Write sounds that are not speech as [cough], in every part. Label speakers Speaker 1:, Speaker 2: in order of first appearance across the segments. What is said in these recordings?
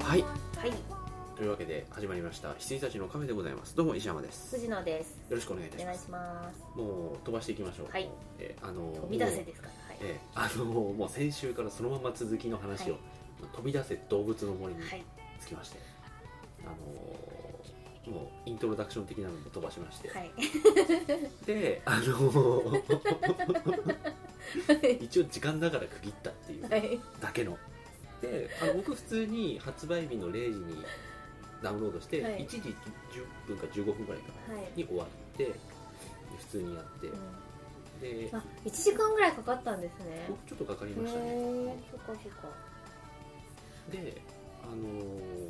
Speaker 1: はい
Speaker 2: はい、
Speaker 1: というわけで始まりました羊たちのカフェでございますどうも石山ですよ
Speaker 2: 藤野です。
Speaker 1: ろしくお願いいた
Speaker 2: お
Speaker 1: しま
Speaker 2: 願い
Speaker 1: す
Speaker 2: します。
Speaker 1: もう飛ばしていきましょう
Speaker 2: はい
Speaker 1: えーあのー
Speaker 2: 飛び出せ
Speaker 1: もう
Speaker 2: ですから。はい。
Speaker 1: えーあのーもう先週からそのまま続きの話を、
Speaker 2: は
Speaker 1: 飛び出せ動物の森に
Speaker 2: はい。
Speaker 1: つきまして、あのーもうイントロダクション的なのも飛ばしまして、
Speaker 2: はい。
Speaker 1: であのー [laughs] 一応時間だから区切ったっていう
Speaker 2: はい。
Speaker 1: だけのであの僕普通に発売日の0時にダウンロードして、
Speaker 2: はい
Speaker 1: 1時10分か15分ぐらいか
Speaker 2: はい
Speaker 1: に終わってで普通にやって
Speaker 2: うん
Speaker 1: で
Speaker 2: あ、一時間ぐらいかかったんですね。へ
Speaker 1: ちょっとかかりましたね
Speaker 2: え、そっかそっか。
Speaker 1: であのー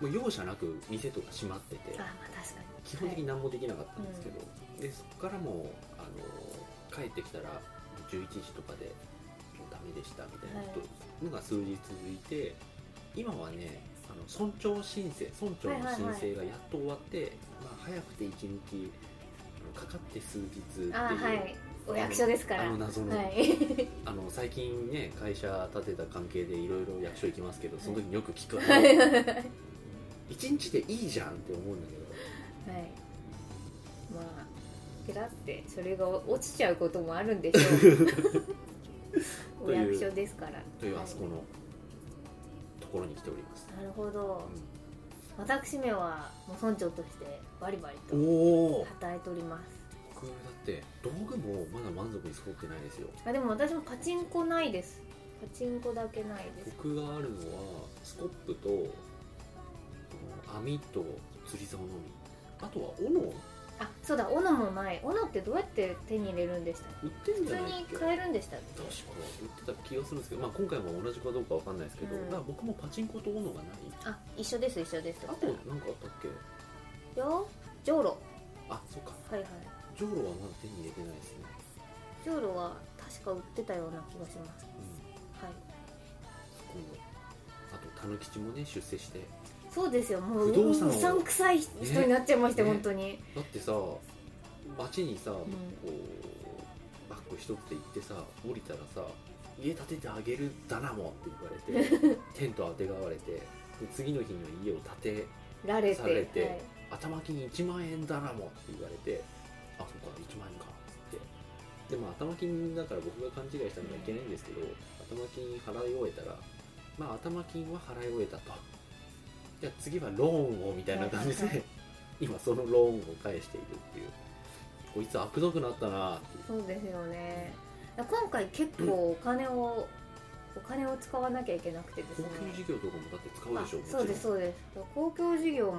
Speaker 1: もう容赦なく店とか閉まってて
Speaker 2: あ、まあ確かに。
Speaker 1: 基本的に
Speaker 2: は
Speaker 1: 何もできなかったんですけど、でそこからもう、あのー帰ってきたら11時とかでもうダメでしたみたいなことのが数日続いて、今はねあの村長申請村長の申請がやっと終わって、まあ、早くて1日あのかかって数日っていう
Speaker 2: い。あ、はい。お役所ですか
Speaker 1: あの
Speaker 2: ら。はい。
Speaker 1: 謎の,、あの最近ね会社立てた関係でいろいろ役所行きますけどその時によく聞く、
Speaker 2: [laughs]
Speaker 1: 一1日でいいじゃんって思うんだけど
Speaker 2: はい。まあ、ペラってそれが落ちちゃうこともあるんで
Speaker 1: [laughs]
Speaker 2: しょう。お役所ですから。
Speaker 1: という
Speaker 2: は
Speaker 1: あそこのところに来ております、
Speaker 2: なるほど。私めはもう村長としてバリバリと
Speaker 1: おお
Speaker 2: 働いております。
Speaker 1: 僕だって道具もまだ満足に揃ってないですよ
Speaker 2: あでも私もパチンコないですパチンコだけないです
Speaker 1: 僕があるのはスコップとあの網と釣り竿のみあとは斧
Speaker 2: あそうだ斧もない斧ってどうやって手に入れるんでしたっ
Speaker 1: 売ってん
Speaker 2: け
Speaker 1: じ
Speaker 2: 普
Speaker 1: ゃ
Speaker 2: 通
Speaker 1: ない
Speaker 2: に
Speaker 1: っけ
Speaker 2: 買えるんでしたっけ
Speaker 1: 確か売ってた気がするんですけど、まあ、今回も同じかどうかわかんないですけど、
Speaker 2: うん
Speaker 1: だから僕もパチンコと斧がない
Speaker 2: あ一緒です一緒です
Speaker 1: あと何かあったっけ
Speaker 2: よじょうろ
Speaker 1: あそっか
Speaker 2: はいはい
Speaker 1: ジョウロはまだ手に入れてないですね、
Speaker 2: じょうろは確か売ってたような気がします
Speaker 1: うん、
Speaker 2: はい
Speaker 1: 今度あとタヌキチもね出世して
Speaker 2: そうですよもう
Speaker 1: 不動産を
Speaker 2: うさんくさい人になっちゃいまして、
Speaker 1: ね
Speaker 2: 本当に
Speaker 1: だってさ街にさ、こ
Speaker 2: ん
Speaker 1: うバッグ一つで行ってさ降りたらさ家建ててあげるだなもって言われてテントあてがわれてで次の日には家を建て
Speaker 2: られて
Speaker 1: されて
Speaker 2: はい、
Speaker 1: 頭金1万円だなもって言われてあそっか1万円かっつってでも頭金だから僕が勘違いしたのはいけないんですけど、頭金払い終えたらまあ頭金は払い終えたとじゃあ次はローンをみたいな感じ
Speaker 2: はいはい
Speaker 1: で今そのローンを返しているっていうこいつ悪毒なったなっていう
Speaker 2: そうですよね今回結構お金を、お金を使わなきゃいけなくてで
Speaker 1: 高
Speaker 2: すね
Speaker 1: 級事業とかもだって使うでしょも
Speaker 2: あ
Speaker 1: ち
Speaker 2: そうです
Speaker 1: ろん
Speaker 2: そうです公共事業も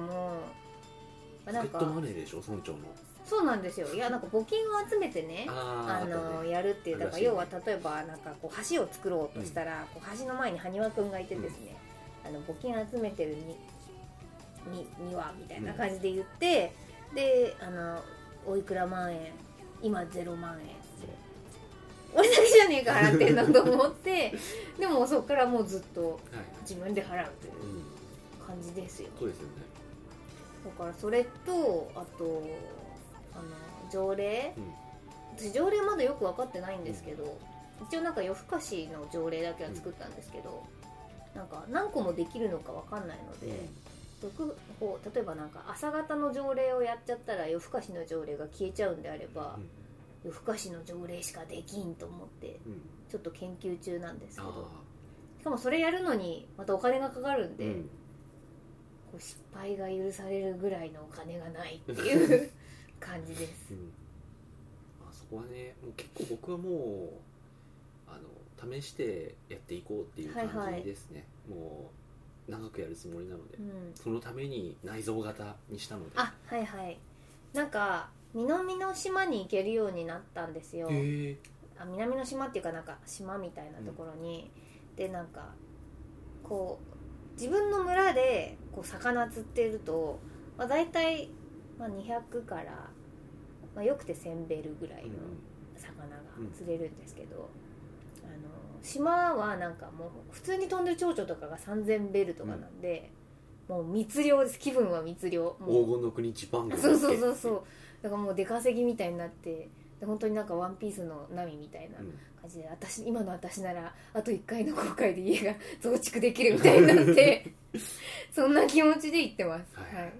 Speaker 1: ポ
Speaker 2: まあなん
Speaker 1: ケットマ
Speaker 2: か
Speaker 1: ネーでしょ村長の
Speaker 2: そうなんですよいやなんか募金を集めてね
Speaker 1: あ
Speaker 2: あ
Speaker 1: ーあった
Speaker 2: の
Speaker 1: ね
Speaker 2: やるっていうだか
Speaker 1: ある
Speaker 2: ら
Speaker 1: らしい
Speaker 2: 要
Speaker 1: ね
Speaker 2: は例えばなんかこう橋を作ろうとしたら、こう橋の前に埴輪くんがいてですね、あの募金集めてるにににはみたいな感じで言って、であのおいくら万円今ゼロ万円俺だけじゃねえか払ってんだと思って
Speaker 1: [laughs]
Speaker 2: でもそっからもうずっと
Speaker 1: はい
Speaker 2: 自分で払うという
Speaker 1: うん
Speaker 2: 感じですよ
Speaker 1: そうですよね
Speaker 2: だからそれとあとあの条例、
Speaker 1: うん
Speaker 2: 私条例まだよく分かってないんですけど、一応なんか夜更かしの条例だけは作ったんですけど、なんか何個もできるのか分かんないので、毒こう例えばなんか朝方の条例をやっちゃったら夜更かしの条例が消えちゃうんであれば、夜更かしの条例しかできんと思って
Speaker 1: うんうん
Speaker 2: ちょっと研究中なんですけど
Speaker 1: あ
Speaker 2: しかもそれやるのにまたお金がかかるん
Speaker 1: ー
Speaker 2: で、
Speaker 1: うん
Speaker 2: こう失敗が許されるぐらいのお金がないっていう感じです
Speaker 1: うんまあ、そこはねもう結構僕はもうあの試してやっていこうっていう感
Speaker 2: はいは
Speaker 1: じ
Speaker 2: い
Speaker 1: ですね、もう長くやるつもりなので、
Speaker 2: うん
Speaker 1: そのために内臓型にしたので
Speaker 2: あはいはいなんか南の島に行けるようになったんですよ
Speaker 1: へえ
Speaker 2: あ南の島っていうかなんか島みたいなところに、でなんかこう自分の村でこう魚釣ってると、まあ、大体、まあ、200から、まあ、よくて1000ベルぐらいの魚が釣れるんですけど、あの島はなんかもう普通に飛んでる蝶々とかが3000ベルとかなんで、もう密漁です気分は密漁もう
Speaker 1: 黄金の国ジパング
Speaker 2: そうそうそうそうだからもう出稼ぎみたいになってで本当になんかワンピースのナミみたいな感じで、私今の私ならあと1回の後悔で家が増築できるみたいになって [laughs] そんな気持ちで行ってます、
Speaker 1: はい
Speaker 2: はい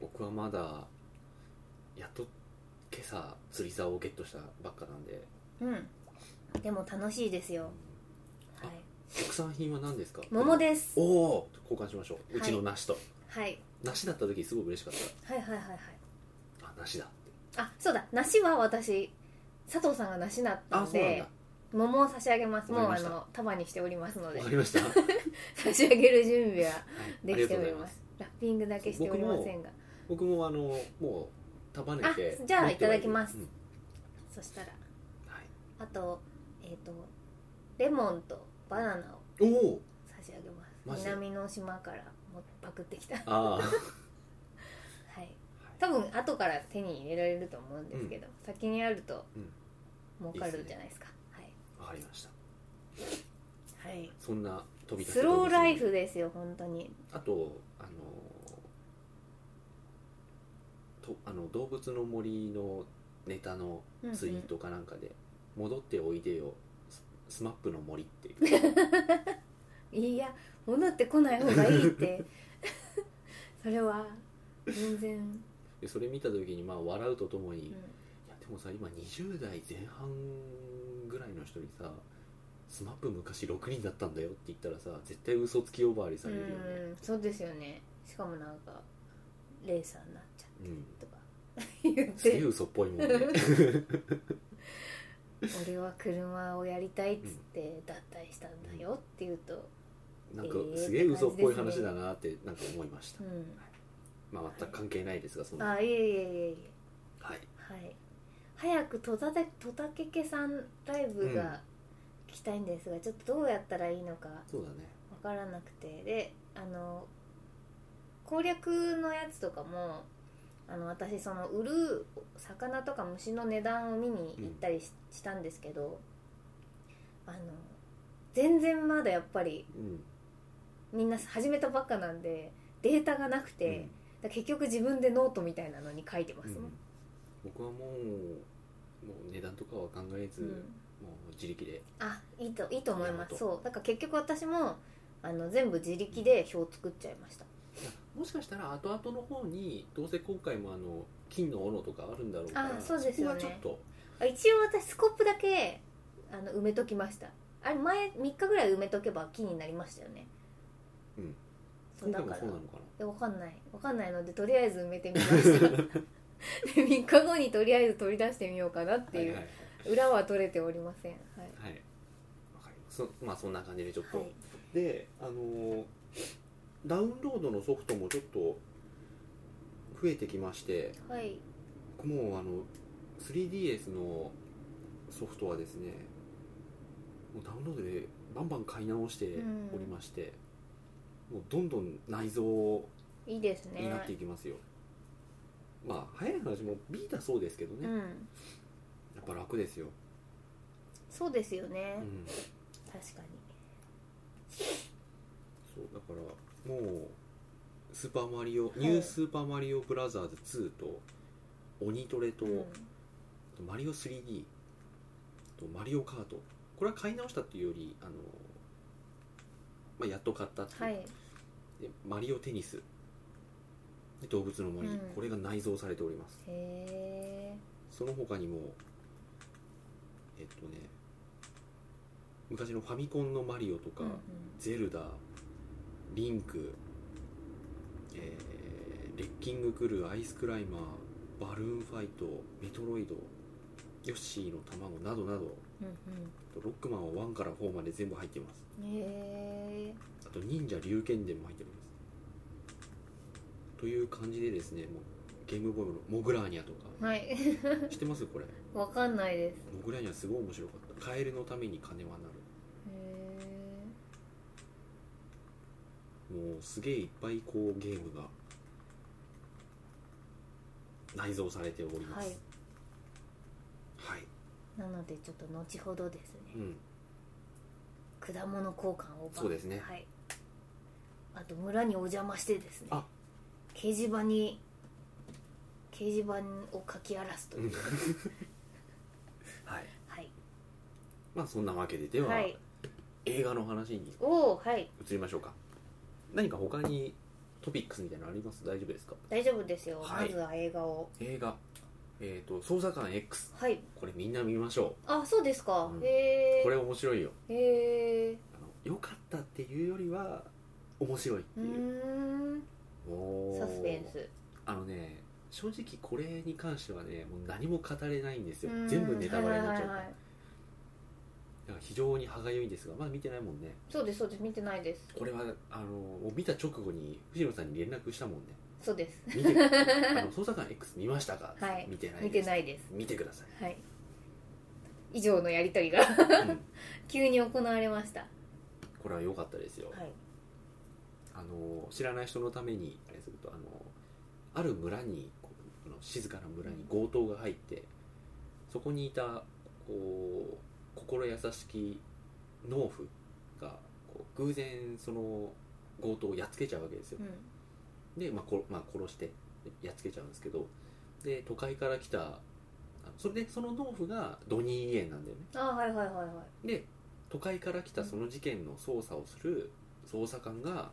Speaker 1: 僕はまだやっと今朝釣り竿をゲットしたばっかなんで、
Speaker 2: うん、でも楽しいですよ、
Speaker 1: あ
Speaker 2: はい、
Speaker 1: 特産品は何ですか
Speaker 2: 桃です
Speaker 1: おおー交換しましょうう
Speaker 2: はい
Speaker 1: ちの梨と、
Speaker 2: はい
Speaker 1: 梨だった時すごい嬉しかっ
Speaker 2: はいはいはいはい
Speaker 1: たあ梨だって
Speaker 2: あそうだ梨は私佐藤さんが梨だった
Speaker 1: あ
Speaker 2: の
Speaker 1: そうなん
Speaker 2: で
Speaker 1: だ
Speaker 2: 桃を差し上げますもう
Speaker 1: わか
Speaker 2: あ
Speaker 1: りました
Speaker 2: の束にしておりますので
Speaker 1: わかり
Speaker 2: [laughs]
Speaker 1: ましたはい
Speaker 2: 差し上げる準備はで
Speaker 1: あり
Speaker 2: き
Speaker 1: がとうご
Speaker 2: てお
Speaker 1: ざ
Speaker 2: り
Speaker 1: い
Speaker 2: ま
Speaker 1: ますす
Speaker 2: ラッピングだけしておりませんが
Speaker 1: 僕もあのもう束ねて
Speaker 2: あじゃあ
Speaker 1: 持ってはい
Speaker 2: ただきます
Speaker 1: うん
Speaker 2: そしたら
Speaker 1: はい、
Speaker 2: あとえっ、とレモンとバナナを
Speaker 1: おお
Speaker 2: 差し上げま
Speaker 1: マ
Speaker 2: す
Speaker 1: ジで
Speaker 2: 南の島からもパクってきた [laughs] は
Speaker 1: ああ
Speaker 2: い多分後から手に入れられると思うんですけど、先にあると
Speaker 1: うん
Speaker 2: 儲かるじゃないですか
Speaker 1: わかりました
Speaker 2: はい、はい、
Speaker 1: そんな飛び出し
Speaker 2: スローライフですよ本当に
Speaker 1: あとあのとあの動物の森のネタのツイートかなんかで「戻っておいでよススマップの森」っていう
Speaker 2: [laughs] いや戻ってこない方がいいって [laughs] それは全然、
Speaker 1: でそれ見た時にまあ笑うとともに、
Speaker 2: う
Speaker 1: い
Speaker 2: ん
Speaker 1: やでもさ今20代前半ぐらいの人にさ「スマップ昔6人だったんだよ」って言ったらさ絶対嘘つき呼ばわりされるよね
Speaker 2: うんそうですよねしかもなんかレーサーになっちゃ
Speaker 1: うん、
Speaker 2: うとか [laughs] 言っ
Speaker 1: すげえ
Speaker 2: て
Speaker 1: 嘘っぽい
Speaker 2: [laughs]
Speaker 1: もんね
Speaker 2: 俺は車をやりたいっつって脱退したんだよって言うと
Speaker 1: なんか
Speaker 2: えー
Speaker 1: すげえ嘘っぽい話だなってなんか思いました
Speaker 2: う、ん
Speaker 1: まあ全く関係ないですがその
Speaker 2: あいえいえいえいえ
Speaker 1: はい
Speaker 2: はい早く戸田で戸田けけさんライブが聞きたいんですが、ちょっとどうやったらいいのか
Speaker 1: そうだね
Speaker 2: わからなくてであの攻略のやつとかもあの私その売る魚とか虫の値段を見に行ったりし,、たんですけどあの全然まだやっぱり
Speaker 1: うん
Speaker 2: みんな始めたばっかなんでデータがなくて、だから結局自分でノートみたいなのに書いてま
Speaker 1: う
Speaker 2: す
Speaker 1: ん
Speaker 2: もん、
Speaker 1: 僕はもうもう値段とかは考えず、
Speaker 2: うん
Speaker 1: もう自力で
Speaker 2: あいいといいと思い
Speaker 1: なる
Speaker 2: ま
Speaker 1: ほ
Speaker 2: す
Speaker 1: ど
Speaker 2: そうだから結局私もあの全部自力で表作っちゃいました
Speaker 1: いやもしかしたら後々の方にどうせ今回もあの金の斧とかあるんだろうから
Speaker 2: あそうですよね
Speaker 1: そこはちょっと
Speaker 2: あ一応私スコップだけあの埋めときましたあれ前3日ぐらい埋めとけば木になりましたよね
Speaker 1: うん
Speaker 2: そう
Speaker 1: 今
Speaker 2: だ
Speaker 1: 回
Speaker 2: か
Speaker 1: も
Speaker 2: ら
Speaker 1: そうなのか
Speaker 2: で分かんない分かんないのでとりあえず埋めてみまし
Speaker 1: [laughs]
Speaker 2: たで3日後にとりあえず取り出してみようかなっ
Speaker 1: な
Speaker 2: ていう、
Speaker 1: はいはい
Speaker 2: 裏は取れておりませんはい、
Speaker 1: はいはいわかりますそまあそんな感じでちょっと、
Speaker 2: はい
Speaker 1: であのーダウンロードのソフトもちょっと増えてきまして
Speaker 2: はい、
Speaker 1: もうあの 3DS のソフトはですねもうダウンロードでバンバン買い直しておりまして、もうどんどん内蔵
Speaker 2: いいですね
Speaker 1: になっていきますよ、まあ早い話もうビータそうですけどね、
Speaker 2: う
Speaker 1: や
Speaker 2: ん
Speaker 1: っぱ楽ですよ、
Speaker 2: そうですよね
Speaker 1: う、ん、
Speaker 2: 確かに
Speaker 1: そうだからもう「スーパーマリオ、ニュースーパーマリオブラザーズ2」と「鬼トレ」と「
Speaker 2: うん
Speaker 1: あとマリオ 3D あとマリオカートこれは買い直したっていうよりあの、まあ、やっと買ったっていう、
Speaker 2: はい
Speaker 1: でマリオテニスで動物の森、
Speaker 2: うん
Speaker 1: これが内蔵されております
Speaker 2: へえ
Speaker 1: その他にもえっとね昔のファミコンのマリオとか、
Speaker 2: うんうん
Speaker 1: ゼルダリンク、えーレッキングクルーアイスクライマーバルーンファイトメトロイドヨッシーの卵などなど
Speaker 2: う
Speaker 1: ロックマンは1から4まで全部入ってます
Speaker 2: んうんへえ
Speaker 1: あと忍者龍剣伝も入っておりますという感じでですねもうゲームボーイのモグラーニャとか
Speaker 2: はい [laughs]
Speaker 1: 知ってますこれ
Speaker 2: わかんないです
Speaker 1: モグラーニャすごい面白かったカエルのために金はな
Speaker 2: へえ
Speaker 1: るもうすげえいっぱいこうゲームが内蔵されておりま
Speaker 2: はい
Speaker 1: すはい、
Speaker 2: なのでちょっと後ほどです
Speaker 1: う
Speaker 2: ね
Speaker 1: ん
Speaker 2: 果物交換を
Speaker 1: そうですね
Speaker 2: はい、あと村にお邪魔してですね
Speaker 1: あ
Speaker 2: 掲示板に掲示板を書き荒らすという
Speaker 1: はい
Speaker 2: はい
Speaker 1: まあそんなわけででは、
Speaker 2: はい
Speaker 1: 映画の話に
Speaker 2: おおはい
Speaker 1: 移りましょうか何か他にトピックスみたいなのあります大丈夫ですか
Speaker 2: 大丈夫ですよ、
Speaker 1: はい
Speaker 2: まずは映画を
Speaker 1: 映画えっ、と捜査官 X
Speaker 2: はい
Speaker 1: これみんな見ましょ
Speaker 2: あそうですか、
Speaker 1: うん
Speaker 2: へえ
Speaker 1: うこれ面白いよ
Speaker 2: へえ
Speaker 1: あの良かったっていうよりは面白いって
Speaker 2: う
Speaker 1: いう、
Speaker 2: ーん
Speaker 1: おー
Speaker 2: サスペンス
Speaker 1: あのね正直これに関してはねもう何も語れないんですよ
Speaker 2: うーん
Speaker 1: 全部ネタバレになっちゃうから
Speaker 2: はいはいはい
Speaker 1: だから非常に歯がゆいんですがまだ見てないもんね
Speaker 2: そうですそうです見てないです
Speaker 1: これはあのもう見た直後に藤野さんに連絡したもんね
Speaker 2: そうです
Speaker 1: 見
Speaker 2: [laughs]
Speaker 1: てあの捜査官 X 見ましたか、
Speaker 2: はい
Speaker 1: 見てない
Speaker 2: 見てないです
Speaker 1: 見てくださ
Speaker 2: はい以上のやり取りが
Speaker 1: い、うん
Speaker 2: 急に行われましたは
Speaker 1: これは良かったですよ、
Speaker 2: い
Speaker 1: あの知らない人のためにあれするとあのある村にこうあの静かな村に強盗が入ってそこにいたこう心優しき農夫がこう偶然その強盗をやっつけちゃうわけですよ
Speaker 2: うん
Speaker 1: で、まあこまあ、殺してやっつけちゃうんですけどで都会から来たあそれでその農夫がドニー・イエンなんだよね
Speaker 2: あはいはいはいはい
Speaker 1: で都会から来たその事件の捜査をする捜査官が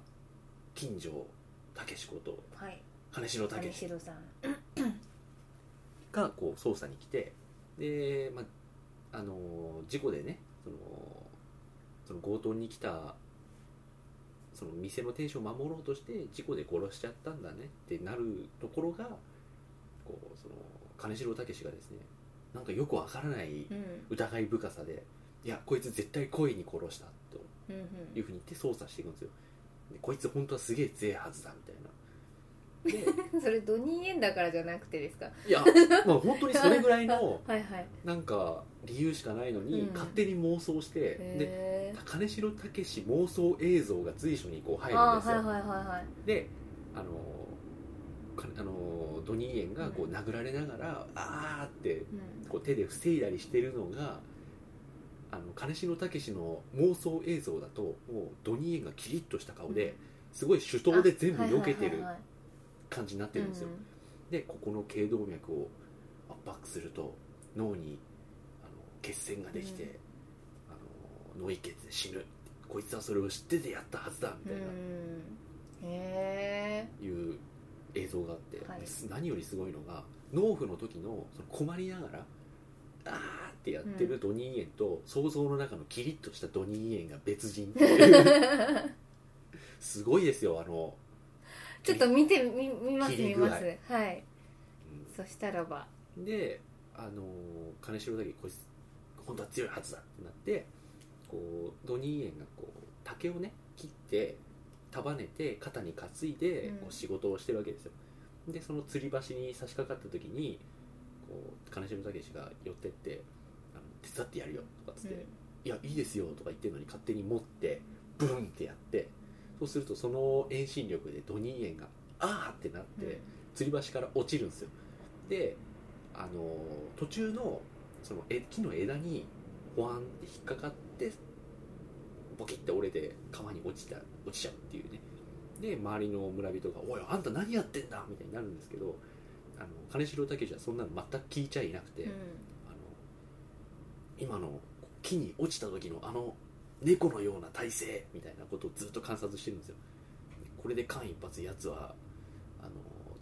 Speaker 1: 金城武子こと
Speaker 2: はい
Speaker 1: 金城
Speaker 2: 金
Speaker 1: 武
Speaker 2: 城さん
Speaker 1: がこう捜査に来てで、まあ、あのー事故でねそのその強盗に来たその店の店主を守ろうとして事故で殺しちゃったんだねってなるところがこうその金城武がですねなんかよくわからない
Speaker 2: うん
Speaker 1: 疑い深さで「いやこいつ絶対故意に殺した」と
Speaker 2: うんうん
Speaker 1: いうふうに言って捜査していくんですよでこいつ本当はすげえ強えはずだみたいな
Speaker 2: [laughs]
Speaker 1: で
Speaker 2: [laughs] それドニー・エンだからじゃなくてですか
Speaker 1: いやまあ本当にそれぐらいの
Speaker 2: はいはい
Speaker 1: なんか理由しかないのに、
Speaker 2: うん
Speaker 1: 勝手に妄想してで
Speaker 2: へえ
Speaker 1: 金城武妄想映像が随所にこう入るん
Speaker 2: あ
Speaker 1: です
Speaker 2: はい
Speaker 1: よ、
Speaker 2: はいはいはい
Speaker 1: であのかあのドニーエンがこう殴られながら、あーって
Speaker 2: うん
Speaker 1: こう手で防いだりしてるのがあの金城武の妄想映像だともうドニーエンがキリッとした顔で、すごい手刀で全部避けてる
Speaker 2: はいはいはいはい
Speaker 1: 感じになってるんですよ、
Speaker 2: うん
Speaker 1: でここの頸動脈を圧迫すると脳にあの血栓ができて、
Speaker 2: うん
Speaker 1: あの脳溢血で死ぬこいつはそれを知っててやったはずだみたいな、
Speaker 2: うんへえ
Speaker 1: いう映像があって、
Speaker 2: はい
Speaker 1: 何よりすごいのが農夫の時のその困りながらあーってやってるドニーエンと、想像の中のキリッとしたドニーエンが別人っていう
Speaker 2: [laughs]
Speaker 1: すごいですよあの、
Speaker 2: ちょっと見てみ見ます
Speaker 1: 切り
Speaker 2: 見
Speaker 1: 具合
Speaker 2: ますはい
Speaker 1: うん
Speaker 2: そしたらば
Speaker 1: で、あのー金城だけこいつ本当は強いはずだってなってこうドニーエンがこう竹をね切って束ねて肩に担いで
Speaker 2: うん
Speaker 1: こう仕事をしてるわけですよ、でその吊り橋に差し掛かった時にこう金城武が寄ってってあの「手伝ってやるよ」とかっつって、いやいいですよとか言ってるのに勝手に持ってブンってやってそうするとその遠心力でドニーエンが「あー!」ってなって、吊り橋から落ちるんですよであのー途中のそのえ木の枝にホワンって引っかかってボキッて折れて川に落ちた落ちちゃうっていうねで周りの村人が「おいあんた何やってんだ!」みたいになるんですけどあの金城武はそんなの全く聞いちゃいなくて、
Speaker 2: うん
Speaker 1: あの今の木に落ちた時のあの猫のような体勢みたいなことをずっと観察してるんですよこれで間一髪やつはあの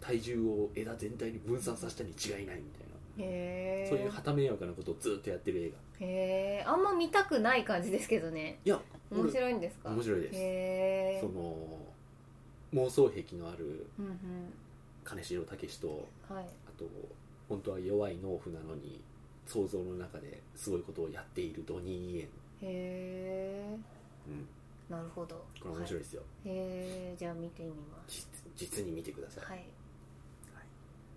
Speaker 1: 体重を枝全体に分散させたに違いないみたいな
Speaker 2: へえ
Speaker 1: そういう旗迷惑なことをずっとやってる映
Speaker 2: へえあんま見たくない感じですけどね
Speaker 1: いや
Speaker 2: 面白いんですか
Speaker 1: 画面白いです、
Speaker 2: へえ
Speaker 1: その妄想癖のある
Speaker 2: うんうん
Speaker 1: 金城武と
Speaker 2: はい
Speaker 1: あと本当は弱い農夫なのに想像の中ですごいことをやっているドニー・イエン、
Speaker 2: へえなるほど
Speaker 1: これ面白いで
Speaker 2: は
Speaker 1: すよ、
Speaker 2: いへえじゃあ見てみます
Speaker 1: 実実に見てください、
Speaker 2: はい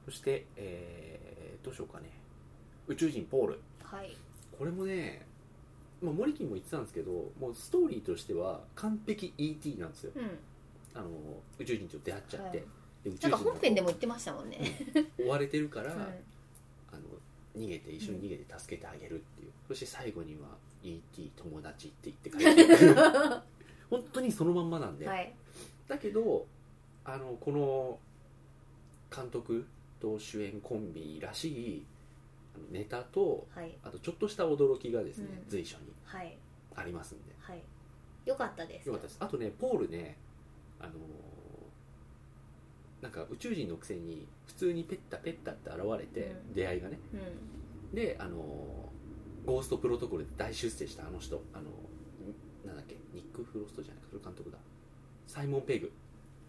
Speaker 1: そして、えーどうしようかね宇宙人ポール
Speaker 2: はい
Speaker 1: これもね、まあ、モリキンも言ってたんですけどもうストーリーとしては完璧 ET なんですよ
Speaker 2: うん
Speaker 1: あの宇宙人と出会っちゃって、
Speaker 2: はい
Speaker 1: で宇宙
Speaker 2: なんか
Speaker 1: 人
Speaker 2: 本編でも言ってましたもんね
Speaker 1: 追われてるから、あ
Speaker 2: うん
Speaker 1: の逃げて一緒に逃げて助けてあげるっていう、そして最後には ET 友達って言って帰
Speaker 2: [laughs]
Speaker 1: ってくる本当にそのまんまなんで、
Speaker 2: はい
Speaker 1: だけどあのこの監督と主演コンビらしいのネタと
Speaker 2: はい
Speaker 1: あとちょっとした驚きがですね、
Speaker 2: うん
Speaker 1: 随所に
Speaker 2: はい
Speaker 1: ありますんで
Speaker 2: はいよかったです
Speaker 1: よかったですあとねポールねあのーなんか宇宙人のくせに普通にペッタペッタって現れて、
Speaker 2: うん
Speaker 1: 出会いがね
Speaker 2: うん
Speaker 1: であのーゴーストプロトコルで大出世したあの人あのーなんだっけニック・フロストじゃないかそれ監督だサイモン・ペグ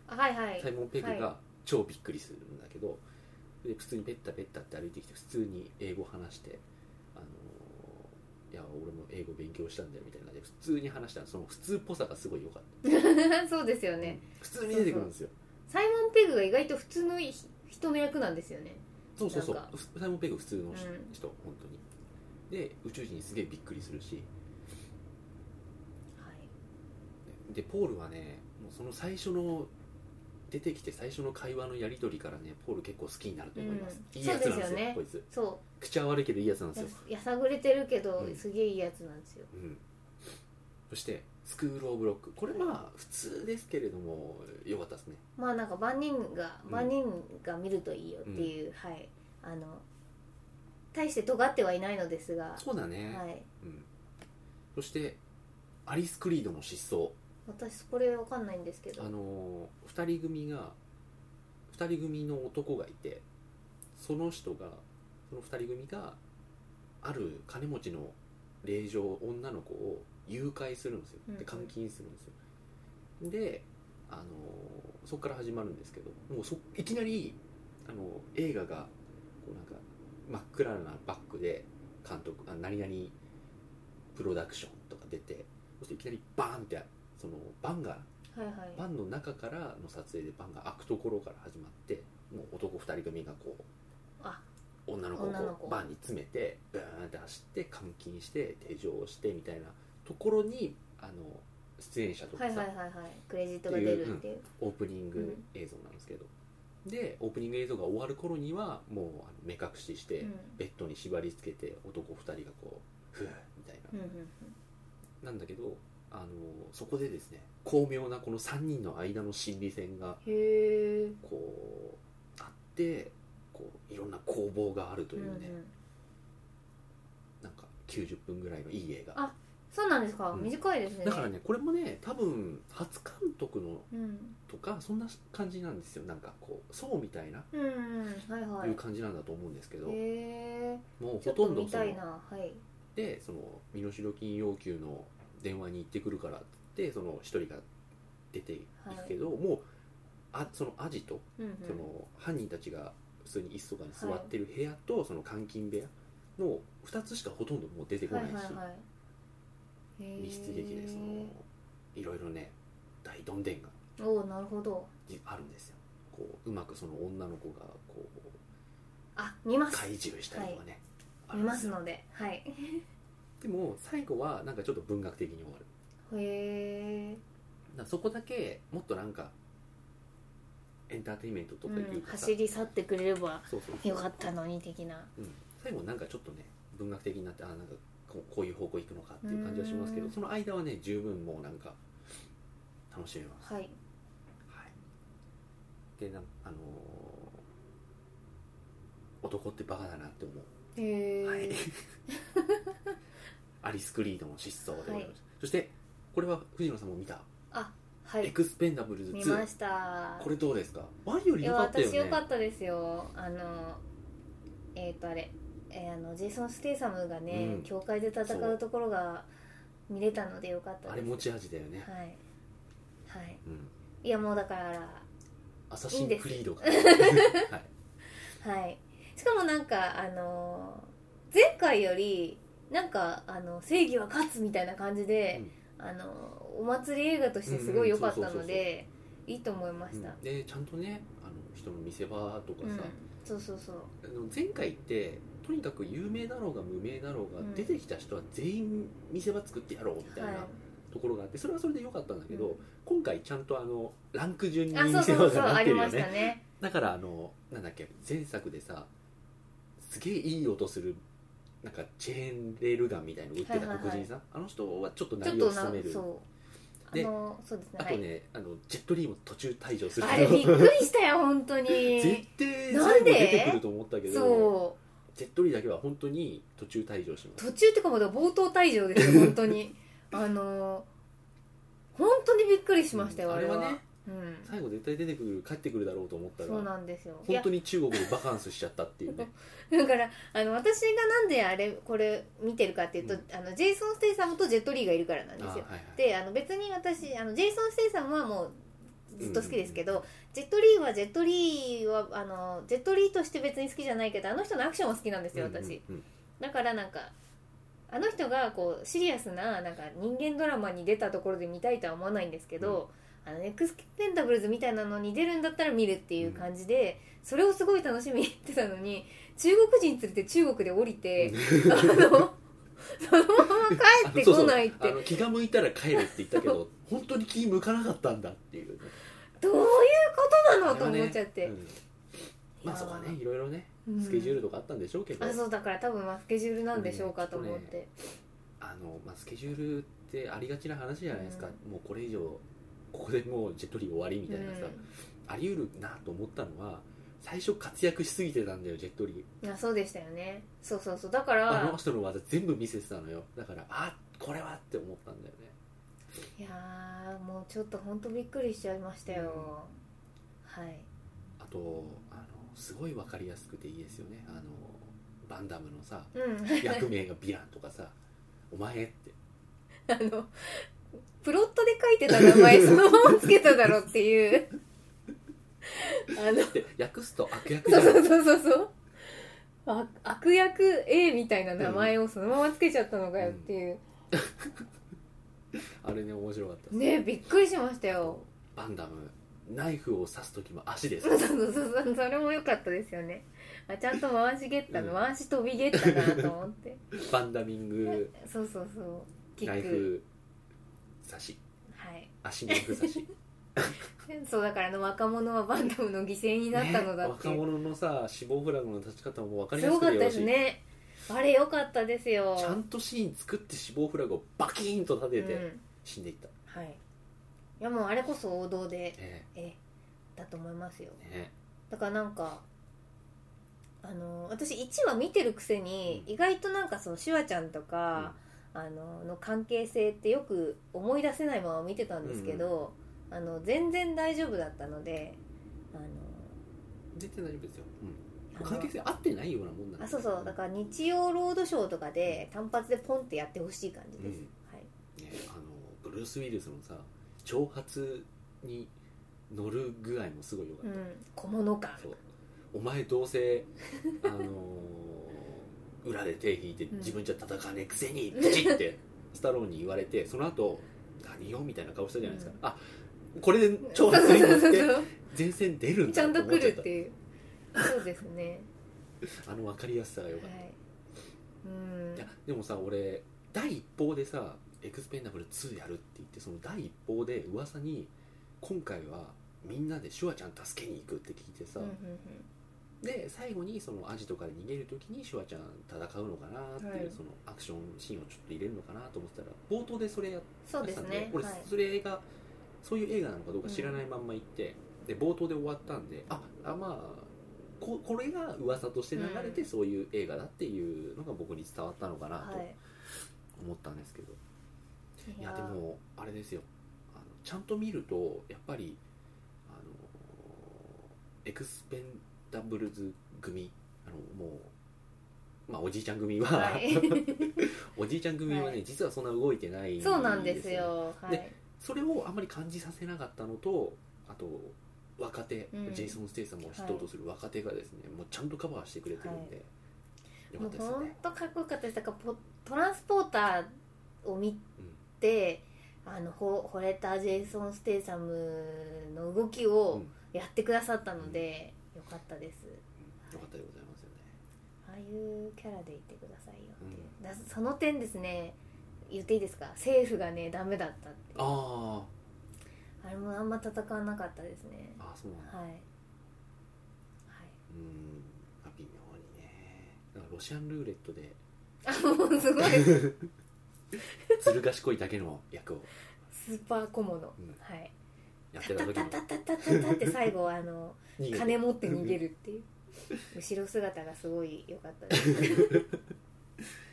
Speaker 2: あはいはい
Speaker 1: サイモン・ペグ
Speaker 2: は
Speaker 1: が超びっくりするんだけど、で普通にペッタペッタって歩いてきて普通に英語話して「あのーいや俺も英語勉強したんだよ」みたいな感じで普通に話したらその普通っぽさがすごい良かった、
Speaker 2: [laughs] そうですよね
Speaker 1: 普通に出てくるんですよ
Speaker 2: サイモン・ペグが意外と普通のい人の役なんですよね
Speaker 1: そうそうそう
Speaker 2: なんか
Speaker 1: サイモン・ペグ普通の人、
Speaker 2: うん
Speaker 1: 本当にで宇宙人にすげえびっくりするし
Speaker 2: はい
Speaker 1: でポールはねもうその最初の出てきて最初の会話のやり取りからねポール結構好きになると思います、
Speaker 2: うん
Speaker 1: いいやつなんですよ
Speaker 2: そうですよね
Speaker 1: こいつ
Speaker 2: そ
Speaker 1: 口は悪いけどいいやつなん
Speaker 2: う
Speaker 1: です
Speaker 2: や
Speaker 1: よ、
Speaker 2: やさぐれてるけど、
Speaker 1: うん
Speaker 2: すげえいいやつなんですよ
Speaker 1: うん、そしてスクール・オブ・ロックこれまあ普通ですけれども良かったですね
Speaker 2: まあなんか万人が
Speaker 1: うん
Speaker 2: 万人が見るといいよっていう、はいあの大して尖ってはいないのですが、
Speaker 1: そうだね、
Speaker 2: はい
Speaker 1: うん、そしてアリス・クリードの失踪
Speaker 2: 私これわかんないんですけど
Speaker 1: あの2人組が2人組の男がいてその人がその2人組がある金持ちの令嬢女の子を誘拐するんですよ
Speaker 2: うん
Speaker 1: で監禁するんですよであのそこから始まるんですけどもうそいきなりあの映画がこうなんか真っ暗なバックで監督あ何々プロダクションとか出てそしていきなりバーンってそのバンが
Speaker 2: はいはい
Speaker 1: バンの中からの撮影でバンが開くところから始まってもう男2人組がこ
Speaker 2: あ
Speaker 1: う女の子を
Speaker 2: 女の
Speaker 1: こ
Speaker 2: 子
Speaker 1: うバンに詰めてブーンって走って監禁して手錠をしてみたいなところにあの出演者とか
Speaker 2: はい
Speaker 1: さ、
Speaker 2: はいはいはいクレジットが出るっていう
Speaker 1: オープニング映像なんですけど、でオープニング映像が終わる頃にはもうあの目隠しして、
Speaker 2: うん
Speaker 1: ベッドに縛り付けて男2人がこうふーみたいな
Speaker 2: うんうん
Speaker 1: なんだけどあのそこでですね巧妙なこの3人の間の心理戦が
Speaker 2: うんへえ
Speaker 1: こうあってこういろんな攻防があるというね、
Speaker 2: んうん、
Speaker 1: なんか90分ぐらいのいい映画
Speaker 2: あそうなんですか、
Speaker 1: うん
Speaker 2: 短いですね
Speaker 1: だからねこれもね多分初監督の
Speaker 2: うん
Speaker 1: とかそんな感じなんですよなんかこうそうみたいな、、
Speaker 2: うんうんはいはい
Speaker 1: う
Speaker 2: い
Speaker 1: 感じなんだと思うんですけど、
Speaker 2: へえ
Speaker 1: もう
Speaker 2: ち
Speaker 1: ほ
Speaker 2: ょっと
Speaker 1: とんど
Speaker 2: 見
Speaker 1: そ
Speaker 2: たい
Speaker 1: の
Speaker 2: なはい
Speaker 1: でその身代金要求の電話に行ってくるからってその一人が出ていくけど、もうあそのアジト
Speaker 2: うんうん
Speaker 1: その犯人たちが普通に椅子とかに座ってる部屋とその監禁部屋の2つしかほとんどもう出てこ
Speaker 2: は
Speaker 1: ないい
Speaker 2: はい
Speaker 1: し
Speaker 2: はいへえ
Speaker 1: 密室劇でそのいろいろね大どんでんが
Speaker 2: おおなるほど
Speaker 1: あるんですよこううまくその女の子がこう
Speaker 2: あ見ます
Speaker 1: 怪獣したりとかね、あ
Speaker 2: 見
Speaker 1: るん
Speaker 2: ま
Speaker 1: です
Speaker 2: す
Speaker 1: よ
Speaker 2: のではい
Speaker 1: でも最後はなんかちょっと文学的に終わる
Speaker 2: へえ
Speaker 1: だからそこだけもっとなんかエンターテインメントとかいうかさ、
Speaker 2: 走り去ってくれれば
Speaker 1: そうそう
Speaker 2: よかったのに的な
Speaker 1: うん、最後なんかちょっとね文学的になってあなんかこうこういう方向行くのかっていう感じはしますけ
Speaker 2: う
Speaker 1: ど
Speaker 2: ん
Speaker 1: その間はね十分もうなんか楽しめます、
Speaker 2: はい
Speaker 1: はい、でなんあのー男ってバカだなって思う、
Speaker 2: へえ、
Speaker 1: はい [laughs] アリス・クリードの失踪でございます、そしてこれは藤野さんも見た、
Speaker 2: あは
Speaker 1: エ
Speaker 2: い
Speaker 1: クスペンダブルズ
Speaker 2: 見ま
Speaker 1: 2
Speaker 2: した
Speaker 1: これどうですかワンよ
Speaker 2: い
Speaker 1: り良
Speaker 2: や
Speaker 1: かったよ
Speaker 2: 私
Speaker 1: ね
Speaker 2: 良かったですよあのえっ、とあれ、えーあのジェイソン・ステイサムがね、
Speaker 1: うん
Speaker 2: 教会で戦
Speaker 1: そう
Speaker 2: うところが見れたので良かったです
Speaker 1: あれ持ち味だよね、
Speaker 2: はいはい
Speaker 1: うん、
Speaker 2: いやもうだから
Speaker 1: アサシン・クリードが [laughs] はい
Speaker 2: はいしかもなんかあのー前回よりなんかあの正義は勝つみたいな感じで、あのお祭り映画としてすごい良かったのでいいと思いました、
Speaker 1: でちゃんとねあの人の見せ場とか
Speaker 2: うん
Speaker 1: さ、
Speaker 2: そうそうそう
Speaker 1: あの前回ってとにかく有名だろうが無名だろうが、
Speaker 2: うん
Speaker 1: 出てきた人は全員見せ場作ってやろうみたい
Speaker 2: は
Speaker 1: ないところがあってそれはそれで良かったんだけど、
Speaker 2: うん
Speaker 1: 今回ちゃんとあのランク順に
Speaker 2: あそ
Speaker 1: 見
Speaker 2: う
Speaker 1: せ
Speaker 2: そ
Speaker 1: 場
Speaker 2: うそう
Speaker 1: がな
Speaker 2: あ
Speaker 1: って
Speaker 2: り
Speaker 1: る
Speaker 2: ま
Speaker 1: よ
Speaker 2: した
Speaker 1: ね
Speaker 2: ね
Speaker 1: だからあのなんだっけ前作でさすげえいい音するなんかチェーンレールガンみたいの売ってた
Speaker 2: はいはいはい
Speaker 1: 黒人さん、あの人はちょっと
Speaker 2: ちょっ
Speaker 1: 何を
Speaker 2: とな
Speaker 1: 務める
Speaker 2: そうあ
Speaker 1: で
Speaker 2: のそうですね
Speaker 1: あとね、あのジェットリーも途中退場する
Speaker 2: はい、あ
Speaker 1: け
Speaker 2: れ
Speaker 1: ど [laughs]
Speaker 2: びっくりしたよ本当
Speaker 1: 絶
Speaker 2: に
Speaker 1: 対
Speaker 2: なん
Speaker 1: 最後
Speaker 2: で
Speaker 1: 出てくると思ったけど
Speaker 2: そ
Speaker 1: ジェットリーだけは本当に途中退場します
Speaker 2: 途中ってかもうだから冒頭退場
Speaker 1: [laughs]
Speaker 2: ですよ本当にあの本当にびっくりしましたよ、
Speaker 1: うん
Speaker 2: あれは
Speaker 1: あれはね
Speaker 2: うん、
Speaker 1: 最後絶対出てくる帰ってくるだろうと思った
Speaker 2: そう
Speaker 1: ら
Speaker 2: なんですよい
Speaker 1: 本
Speaker 2: や
Speaker 1: 当に中国でバカンスしちゃったっていうね
Speaker 2: だからあの私がなんであれこれ見てるかっていうと、
Speaker 1: うん
Speaker 2: あのジェイソン・ステイサムとジェットリーがいるからなんです
Speaker 1: あ
Speaker 2: よ
Speaker 1: はいはい
Speaker 2: であの別に私あのジェイソン・ステイサムはもうずっと好きですけど、
Speaker 1: うん
Speaker 2: ジェットリーはジェットリーはあのジェットリーとして別に好きじゃないけどあの人のアクションは好きなんですよ私、
Speaker 1: うんうんうん
Speaker 2: だからなんかあの人がこうシリアスななんか人間ドラマに出たところで見たいとは思わないんですけど、あのエクスペンダブルズみたいなのに出るんだったら見るっていう感じで、それをすごい楽しみに行ってたのに中国人連れて中国で降りて、あのそのまま帰ってこないって
Speaker 1: あの気が向いたら帰るって言ったけど [laughs] 本当に気向かなかったんだっていうね
Speaker 2: どういうことなのと
Speaker 1: あれ
Speaker 2: 思
Speaker 1: は
Speaker 2: っ
Speaker 1: ね
Speaker 2: ちゃって、
Speaker 1: うんまあそうかねいろいろね
Speaker 2: うん
Speaker 1: スケジュールとかあったんでしょうけど、
Speaker 2: あそうだから多分まあスケジュールなんでしょうかと思って、
Speaker 1: あのまあ、スケジュールってありがちな話じゃないですか、
Speaker 2: う
Speaker 1: もうこれ以上ここでもうジェットリー終わりみたいなさ、
Speaker 2: う
Speaker 1: あり得るなと思ったのは最初活躍しすぎてたんだよジェットリー
Speaker 2: ん、いやそうでしたよねそうそうそうだか
Speaker 1: あ
Speaker 2: ら
Speaker 1: の人の技全部見せてたのよだからあこれはって思ったんだよね
Speaker 2: いやーもうちょっと本当びっくりしちゃいましたよ、はい
Speaker 1: あとあのすごい分かりやすくていいですよねあのバンダムの
Speaker 2: [laughs]
Speaker 1: さ
Speaker 2: うん
Speaker 1: 役名がヴィランとかさ「お前」って
Speaker 2: あのプロットで書いてた名前そのままつけただろっていうあの
Speaker 1: で訳すと悪役じ
Speaker 2: そ
Speaker 1: ゃ
Speaker 2: う
Speaker 1: ん
Speaker 2: そうそうそうそうあ悪役 A みたいな名前をそのままつけちゃったのかよっていう、
Speaker 1: あれね面白かったです
Speaker 2: ねびっくりしましたよ
Speaker 1: バンダムナイフを刺す時も足
Speaker 2: [laughs]
Speaker 1: です
Speaker 2: そうそうそうそうそれも良かったですよねあちゃんと回しゲッタの、
Speaker 1: うん
Speaker 2: 回し飛びゲッタだなと思って [laughs]
Speaker 1: バンダミング
Speaker 2: そうそうそうキ
Speaker 1: ナイ
Speaker 2: ック
Speaker 1: フ刺し
Speaker 2: はい
Speaker 1: 足ナイフ刺し
Speaker 2: そうだからあの若者はバンダムの犠牲になったのだ
Speaker 1: ね
Speaker 2: って、
Speaker 1: 若者のさ死亡フラグの立ち方も分かり
Speaker 2: す
Speaker 1: や
Speaker 2: ご
Speaker 1: すく
Speaker 2: か
Speaker 1: て
Speaker 2: った
Speaker 1: よろ
Speaker 2: で
Speaker 1: し
Speaker 2: す
Speaker 1: い、
Speaker 2: ねあれ良かったですよ
Speaker 1: ちゃんとシーン作って死亡フラグをバキーンと立て
Speaker 2: う
Speaker 1: て
Speaker 2: ん
Speaker 1: 死んでいった、
Speaker 2: はいいやもうあれこそ王道で
Speaker 1: ね
Speaker 2: えだと思いますよ
Speaker 1: ね
Speaker 2: だからなんかあの私1話見てるくせに、
Speaker 1: うん
Speaker 2: 意外となんかそのシュワちゃんとか、あのの関係性ってよく思い出せないまま見てたんですけど、あの全然大丈夫だったのであの
Speaker 1: 全然大丈夫ですよ、う
Speaker 2: あ
Speaker 1: ん、
Speaker 2: の
Speaker 1: 関係性合ってないようなもんなん
Speaker 2: あそうそうだ
Speaker 1: ら、
Speaker 2: から日曜ロードショーとかで単発でポンってやってほしい感じです、
Speaker 1: うん
Speaker 2: はい、
Speaker 1: ね、あのブルース・ウィルスのさ挑発に乗る具合もすごいよか
Speaker 2: う
Speaker 1: っ
Speaker 2: ん、小物感
Speaker 1: た、そうお前どうせあのー [laughs] 裏で手引いて
Speaker 2: うん
Speaker 1: 自分じゃ戦わねえくせにブチってスタローンに言われてその後何よみたいな顔したじゃないですか、
Speaker 2: う
Speaker 1: あこれで挑
Speaker 2: そう
Speaker 1: 発
Speaker 2: そう
Speaker 1: に乗
Speaker 2: そ
Speaker 1: っ
Speaker 2: う
Speaker 1: て
Speaker 2: そう
Speaker 1: 前線出るん
Speaker 2: ちゃ
Speaker 1: だ
Speaker 2: ん
Speaker 1: と
Speaker 2: と
Speaker 1: 思っ
Speaker 2: 来
Speaker 1: ちゃっ
Speaker 2: る
Speaker 1: た
Speaker 2: っていうそうですね
Speaker 1: あの分かりやすさが良
Speaker 2: はい
Speaker 1: かった、い、
Speaker 2: うん
Speaker 1: やでもさ俺第一報でさ「エクスペンダブル2やる」って言ってその第一報で噂に今回はみんなでシュワちゃん助けに行くって聞いてさ、
Speaker 2: うんうん
Speaker 1: で最後にそのアジトから逃げる時にシュワちゃん戦うのかなっていう、
Speaker 2: はい
Speaker 1: そのアクションシーンをちょっと入れるのかなと思ってたら冒頭でそれやっ
Speaker 2: そう
Speaker 1: て
Speaker 2: です
Speaker 1: たんで
Speaker 2: ね
Speaker 1: 俺
Speaker 2: はい
Speaker 1: それ映画、そういう映画なのかどうか知らないまんま行って、で冒頭で終わったんでああまあここれが噂として流れ
Speaker 2: う
Speaker 1: て
Speaker 2: ん
Speaker 1: そういう映画だっていうのが僕に伝わったのかなと
Speaker 2: はい
Speaker 1: 思ったんですけど、いや
Speaker 2: ー
Speaker 1: でもあれですよあのちゃんと見るとやっぱりあのエクスペンダブルズ組あのもう、まあ、おじいちゃん組は、
Speaker 2: はい
Speaker 1: [laughs] おじいちゃん組はね、
Speaker 2: はい
Speaker 1: 実はそんな動いてない
Speaker 2: そうなんです
Speaker 1: よね
Speaker 2: よはい
Speaker 1: それをあんまり感じさせなかったのとあと若手、
Speaker 2: うん
Speaker 1: ジェイソン・ステイさんを筆頭とする若手がですね、もうちゃんとカバーしてくれてるんで、よか
Speaker 2: も
Speaker 1: っ
Speaker 2: う
Speaker 1: たですよ
Speaker 2: 本
Speaker 1: ね
Speaker 2: 当かっこよかったですだからポトランスポーターを見て、あのほ惚れたジェイソン・ステイサムの動きをやってくださったので、よかったです
Speaker 1: よかったでございますよね
Speaker 2: ああいうキャラでいてくださいよっていう、だその点ですね言っていいですか政府がねダメだったっていう
Speaker 1: あー
Speaker 2: あれもあんま戦わなかったですね
Speaker 1: あーそうなんだ
Speaker 2: はいはい
Speaker 1: うんまあ微妙にねだからロシアンルーレットで
Speaker 2: あ [laughs] もうすごい
Speaker 1: ずる賢いだけの
Speaker 2: [laughs]
Speaker 1: 役を
Speaker 2: スーパー小物、
Speaker 1: ん
Speaker 2: はい
Speaker 1: やって
Speaker 2: タ
Speaker 1: た
Speaker 2: タ
Speaker 1: 時
Speaker 2: タ
Speaker 1: に
Speaker 2: タタタタタって最後あの
Speaker 1: 逃げて
Speaker 2: 金持って逃げるっていう後ろ姿がすごい良かったです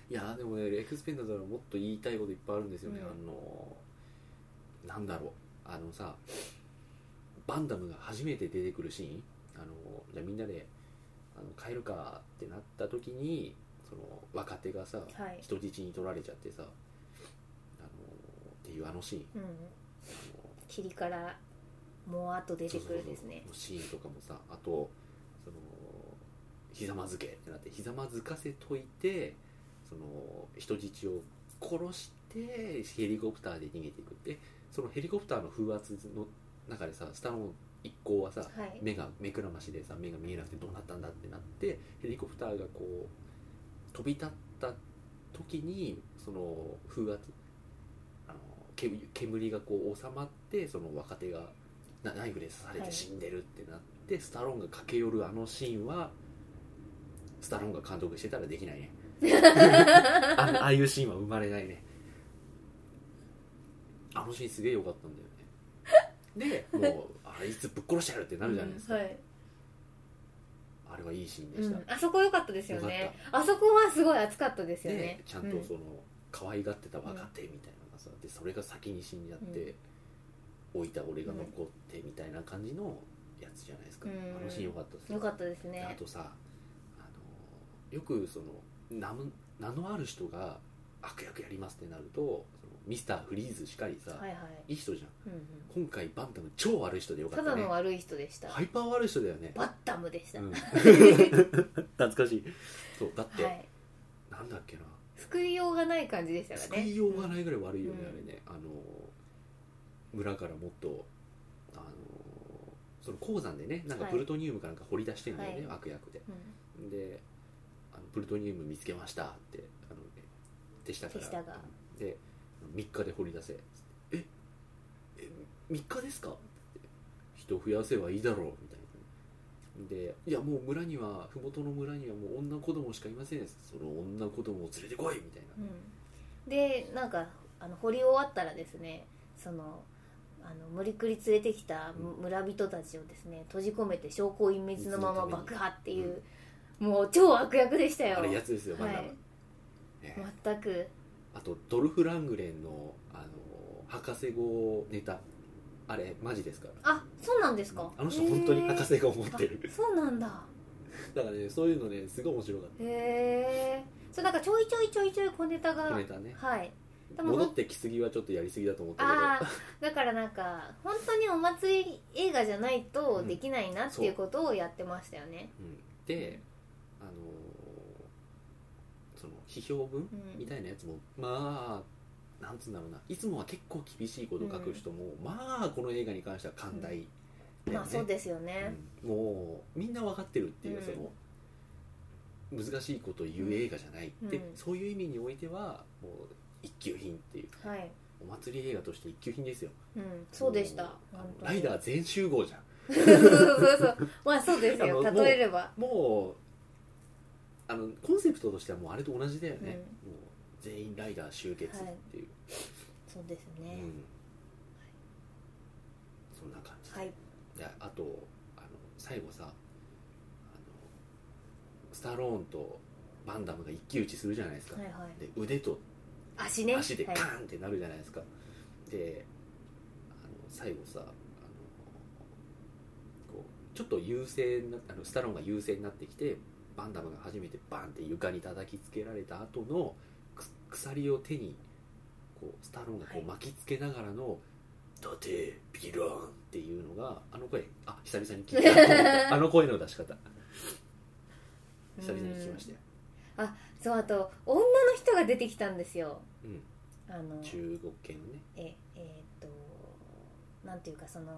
Speaker 1: いやーでもねエクスペンダーズはもっと言いたいこといっぱいあるんですよね、
Speaker 2: うん
Speaker 1: あのーなんだろうあのさバンダムが初めて出てくるシーンあのーじゃあみんなであの帰るかってなった時にその若手がさ、
Speaker 2: はい
Speaker 1: 人質に取られちゃってさあのーっていうあのシーン
Speaker 2: うん
Speaker 1: あのー
Speaker 2: 霧からもわっと出てくるですね
Speaker 1: そうそうそうシーンとかもさあとそのひざまずけってなってひざまずかせといてその人質を殺してヘリコプターで逃げていくってそのヘリコプターの風圧の中でさスタローン一行はさ
Speaker 2: はい
Speaker 1: 目が目くらましでさ目が見えなくてどうなったんだってなってヘリコプターがこう飛び立った時にその風圧あのけ煙がこう収まってその若手がなナイフで刺され
Speaker 2: は
Speaker 1: て
Speaker 2: い
Speaker 1: 死んでるってなって、スタローンが駆け寄るあのシーンはスタローンが監督してたらできないね
Speaker 2: [laughs]
Speaker 1: あのああいうシーンは生まれないねあのシーンすげえ良かったんだよねでもうあいつぶっ殺してやるってなるじゃないですか、
Speaker 2: うんはい
Speaker 1: あれはいいシーンで
Speaker 2: う
Speaker 1: した、
Speaker 2: ん、あそこ良かったですよ
Speaker 1: 良
Speaker 2: ね
Speaker 1: か
Speaker 2: あそこはすごい熱かったですよね
Speaker 1: でちゃんとその、可愛がってた若手みたいなのがさでそれが先に死んじゃって、置いた俺が残ってみたいな感じのやつじゃないですか、
Speaker 2: うん
Speaker 1: あのシーン良かったです
Speaker 2: うん、よかったですね
Speaker 1: あとさあのよくその名も名のある人が悪役やりますってなるとそのミスターフリーズしかりさ、
Speaker 2: はいは
Speaker 1: い
Speaker 2: い、
Speaker 1: い人じゃん
Speaker 2: うんうん
Speaker 1: 今回バンタム超悪い人でよか
Speaker 2: た
Speaker 1: った
Speaker 2: だ
Speaker 1: ね
Speaker 2: の悪い人でした、
Speaker 1: ハイパー悪い人だよね
Speaker 2: バッタムでした、
Speaker 1: うん
Speaker 2: [laughs]
Speaker 1: 懐かしいそうだって、
Speaker 2: はい
Speaker 1: なんだっけな
Speaker 2: 救いようがない感じでしたか
Speaker 1: 救
Speaker 2: らね
Speaker 1: いようがないぐらい悪いよね、
Speaker 2: うん
Speaker 1: あれねあの村からもっとあのその鉱山でねなんか
Speaker 2: はい
Speaker 1: プルトニウムかなんか掘り出してんだよね、
Speaker 2: はい
Speaker 1: 悪役で
Speaker 2: うん
Speaker 1: であの「プルトニウム見つけました」ってあの手下か
Speaker 2: 手
Speaker 1: ら
Speaker 2: 下が
Speaker 1: で3日で掘り出せええ3日ですかって人増やせばいいだろうみたいなでいやもう村には麓の村にはもう女子供しかいませんその女子供を連れてこいみたいな、
Speaker 2: うんでなんかあの掘り終わったらですねそのあの無理くり連れてきたむ村人たちをですね閉じ込めて証拠隠滅のまま爆破っていう、もう超悪役でしたよ
Speaker 1: あれやつですよバンダム、
Speaker 2: はい
Speaker 1: ね
Speaker 2: 全く
Speaker 1: あとドルフ・ラングレンのあの博士号ネタあれマジですから
Speaker 2: あそうなんですか
Speaker 1: あの人本当に博
Speaker 2: 士
Speaker 1: 士号持ってる
Speaker 2: そうなんだ
Speaker 1: だからねそういうのねすごい面白かっ
Speaker 2: へえそうなんかちょいちょいちょいちょい小ネタ
Speaker 1: た
Speaker 2: が
Speaker 1: ネタね
Speaker 2: はいでも
Speaker 1: 戻ってきすぎはちょっとやりすぎだと思ったけど
Speaker 2: ああだからなんか本当にお祭り映画じゃないとできないなっていうことをやってましたよね、
Speaker 1: うんであのーその批評文
Speaker 2: うん
Speaker 1: みたいなやつも、まあなんつうんだろうないつもは結構厳しいこと書く人も、まあこの映画に関しては寛大だよね、
Speaker 2: まあそうですよね、
Speaker 1: うんもうみんな分かってるっていう、
Speaker 2: うん
Speaker 1: その難しいことを言う映画じゃないって、
Speaker 2: うん
Speaker 1: そういう意味においてはもう一級品っていう
Speaker 2: はい、
Speaker 1: お祭り映画として一級品ですよ
Speaker 2: うん、そうでした
Speaker 1: もうあの
Speaker 2: 本当
Speaker 1: ラ
Speaker 2: に
Speaker 1: イダー全集合じゃん
Speaker 2: [laughs] そうそうそうまあそうですよ
Speaker 1: あのもう
Speaker 2: 例えれば
Speaker 1: もうあのコンセプトとしてはもうあれと同じだよね、もう全員ライダー集結っていう、
Speaker 2: そうです
Speaker 1: う
Speaker 2: ね、
Speaker 1: んそんな感じで,、
Speaker 2: はい
Speaker 1: であとあの最後さあのスタローンとバンダムが一騎打ちするじゃないですか、
Speaker 2: はいはい
Speaker 1: で腕と
Speaker 2: 足ね
Speaker 1: 足で
Speaker 2: は
Speaker 1: カ
Speaker 2: い、
Speaker 1: ーンってなるじゃないですか、であの最後さあのこうちょっと優勢なあのスタローンが優勢になってきてバンダムが初めてバンって床に叩きつけられた後のく鎖を手にこうスタローンがこ
Speaker 2: はいう
Speaker 1: 巻きつけながらの「だてピローン」っていうのがあの声あ久々に聞い
Speaker 2: [laughs]
Speaker 1: たあの声の出し方久々に聞きましたよ、
Speaker 2: うんそうあと女の人が出てきたんですよ
Speaker 1: うん、
Speaker 2: あの
Speaker 1: 中国系のね
Speaker 2: ええーっとなんていうかその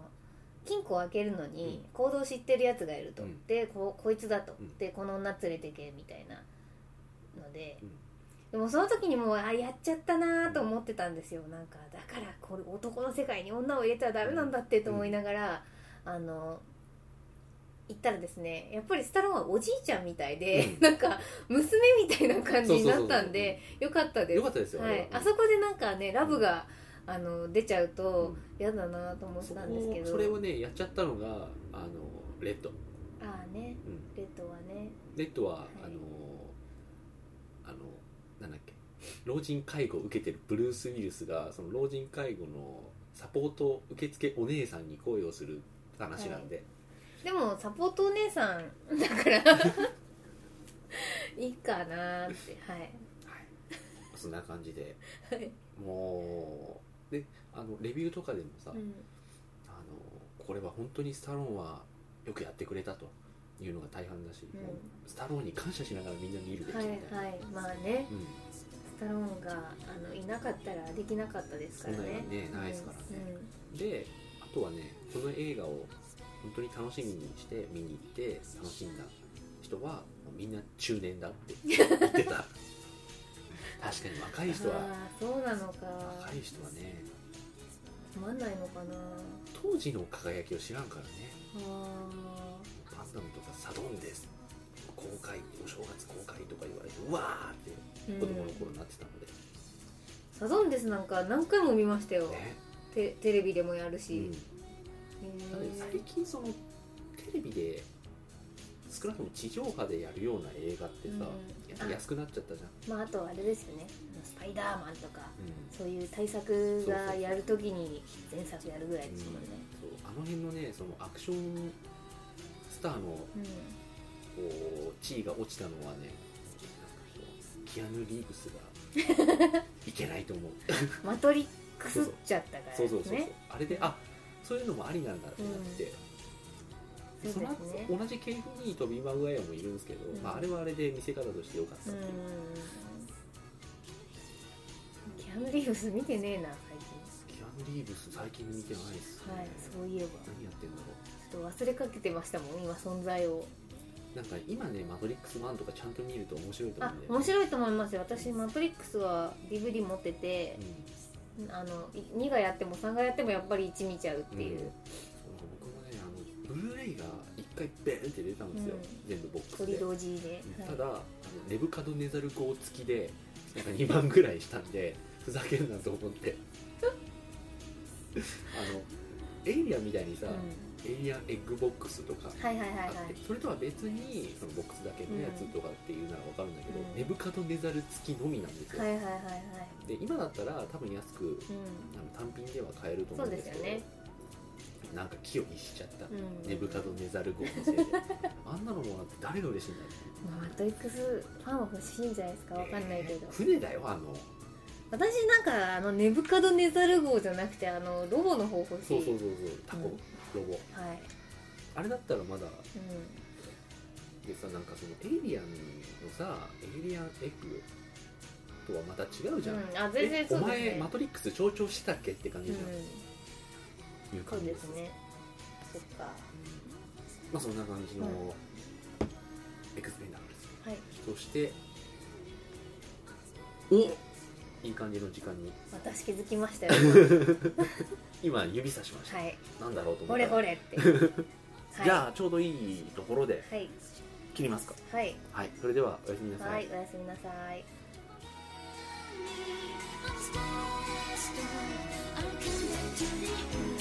Speaker 2: 金庫を開けるのに行動を知ってるやつがいると、
Speaker 1: うん
Speaker 2: でここいつだと、
Speaker 1: うん
Speaker 2: でこの女連れてけみたいなので、
Speaker 1: うん
Speaker 2: でもその時にもうあやっちゃったなと思ってたんですよなんかだからこれ男の世界に女を入れちゃダメなんだってと思いながら、あの行ったらですねやっぱりスタローンはおじいちゃんみたいで、
Speaker 1: うん
Speaker 2: なんか娘みたいな感じになったんでよかったです
Speaker 1: よかったですよ、
Speaker 2: は
Speaker 1: れ
Speaker 2: い、あ
Speaker 1: うん
Speaker 2: そこでなんかねラブが、あの出ちゃうと嫌だなと思っ
Speaker 1: そ
Speaker 2: て
Speaker 1: こ
Speaker 2: たんですけど
Speaker 1: それをねやっちゃったのがあのレッド
Speaker 2: ああね
Speaker 1: うん
Speaker 2: レッドはね
Speaker 1: レッドは、
Speaker 2: い
Speaker 1: あのあのなんだっけ老人介護を受けてるブルース・ウィルスがその老人介護のサポート受付お姉さんに恋をする話なんで、
Speaker 2: でもサポートお姉さんだから [laughs] いいかなーってはい
Speaker 1: はいそんな感じで
Speaker 2: はい、
Speaker 1: もうであのレビューとかでもさ、
Speaker 2: うん、
Speaker 1: あのこれは本当にスタローンはよくやってくれたというのが大半だし、
Speaker 2: うん
Speaker 1: もうスタローンに感謝しながらみんな見るべきみ
Speaker 2: は
Speaker 1: た
Speaker 2: い
Speaker 1: いな、
Speaker 2: はいまあね
Speaker 1: うん、
Speaker 2: スタローンがあのいなかったらできなかったですから
Speaker 1: そんな
Speaker 2: ね
Speaker 1: のねないですからねであとはねこの映画を本当に楽しみにして見に行って楽しんだ人はもうみんな中年だって言って
Speaker 2: [laughs]
Speaker 1: た確かに若
Speaker 2: うん
Speaker 1: い人は
Speaker 2: ああそうなのか
Speaker 1: 若い人はね
Speaker 2: つまんないのかな
Speaker 1: 当時の輝きを知らんからね
Speaker 2: あ
Speaker 1: パンダムとかサドンです公開お正月公開とか言われてうわーって
Speaker 2: ー、うん
Speaker 1: 子供の頃になってたので、
Speaker 2: サドンデスなんか何回も見ましたよ、
Speaker 1: ね
Speaker 2: テテレビでもやる
Speaker 1: うん
Speaker 2: し、へー
Speaker 1: ただね最近そのテレビで少なくとも地上波でやるような映画ってさ、
Speaker 2: うん
Speaker 1: やっぱ安くなっちゃったじゃん
Speaker 2: まああとあれですよねあのスパイダーマンとか
Speaker 1: うん
Speaker 2: そういう対策がやるときに前作やるぐらいですもんね、
Speaker 1: そうあの辺のねそのアクションスターのこ
Speaker 2: うん
Speaker 1: う地位が落ちたのはねなんかこうキアヌ・リーブスが
Speaker 2: [laughs]
Speaker 1: いけないと思う
Speaker 2: マトリックスっちゃったからね
Speaker 1: そうそうそうそう、あれであそういうのもありなんだってなって、
Speaker 2: うん
Speaker 1: その
Speaker 2: そうですね
Speaker 1: 後同じ系譜にトビー・マグワイアもいるんですけど、
Speaker 2: うん
Speaker 1: まあ、あれはあれで見せ方として良かった
Speaker 2: う
Speaker 1: っ
Speaker 2: ん
Speaker 1: ていう、
Speaker 2: キャンリーブス見てねえな最
Speaker 1: キアヌ・リーブス最近見てないです
Speaker 2: 近はいそういえば
Speaker 1: 何やってんだろ
Speaker 2: ちょっと忘れかけてましたもん今存在を
Speaker 1: うなんか今ね「マトリックス1」とかちゃんと見ると面白いと思
Speaker 2: あ
Speaker 1: うんで
Speaker 2: 面白いと思いますよ私マトリックスは DVD 持ってて
Speaker 1: うん
Speaker 2: あのい2がやっても3がやってもやっぱり1見ちゃうっていう、
Speaker 1: うん僕もねあのブルーレイが一回ベーンって出たんですよ、
Speaker 2: うん
Speaker 1: 全部ボックス
Speaker 2: 鳥
Speaker 1: で、
Speaker 2: 同時で、
Speaker 1: うん
Speaker 2: はい
Speaker 1: ただあのネブカドネザル号付きでなんか2万ぐらいしたんでふざけんなと思ってあ
Speaker 2: [laughs]
Speaker 1: のエイリアンみたいにさ、
Speaker 2: うん
Speaker 1: エイリアンエッグボックスとかあって、
Speaker 2: はいはいはいはい
Speaker 1: それとは別にそのボックスだけのやつとかっていうなら分かるんだけど、
Speaker 2: うん
Speaker 1: ネブカドネザル付きのみなんですよ、
Speaker 2: はいはいはいは
Speaker 1: で
Speaker 2: い
Speaker 1: 今だったら多分安く
Speaker 2: う
Speaker 1: あの単品では買えると思うんですけど
Speaker 2: そうですよ
Speaker 1: なんか気を逸しちゃった、
Speaker 2: ん、うん、
Speaker 1: ネブカドネザル号のせいであんなのもらって誰が嬉しいんだろう
Speaker 2: まあマトリックスファンは欲しいんじゃないですかわかんないけど、
Speaker 1: えー船だよあの
Speaker 2: 私なんかあのネブカドネザル号じゃなくてあのロボの方欲しい
Speaker 1: そうそうそうそうタコ、
Speaker 2: う
Speaker 1: ロ
Speaker 2: ん
Speaker 1: ボ
Speaker 2: はい、
Speaker 1: あれだったらまだ
Speaker 2: う
Speaker 1: でさなんかそのエイリアンのさエイリアンエグとはまた違うじゃん、
Speaker 2: んうん、あ全然
Speaker 1: え
Speaker 2: そ
Speaker 1: お
Speaker 2: うです
Speaker 1: 前
Speaker 2: ね
Speaker 1: マトリックス象徴してたっけって感
Speaker 2: う
Speaker 1: じ
Speaker 2: ん
Speaker 1: じゃん、いう
Speaker 2: そ
Speaker 1: 感
Speaker 2: う
Speaker 1: じ
Speaker 2: ですねそっか
Speaker 1: まあそんな感じの、
Speaker 2: うん
Speaker 1: エクスペンダブルス [laughs]
Speaker 2: はい
Speaker 1: そしておいい感じの時間に
Speaker 2: 私気づきましたよ
Speaker 1: 今指さしました、
Speaker 2: はい
Speaker 1: なんだろうと思
Speaker 2: ほ
Speaker 1: っ
Speaker 2: れ
Speaker 1: たら
Speaker 2: ほれって
Speaker 1: [laughs] じ
Speaker 2: は
Speaker 1: ゃあちょうどいいところで
Speaker 2: いはい
Speaker 1: 切りますか
Speaker 2: はい、
Speaker 1: はいそれではおやすみなさ
Speaker 2: はい、おやすみなさい
Speaker 3: I'm coming to the end.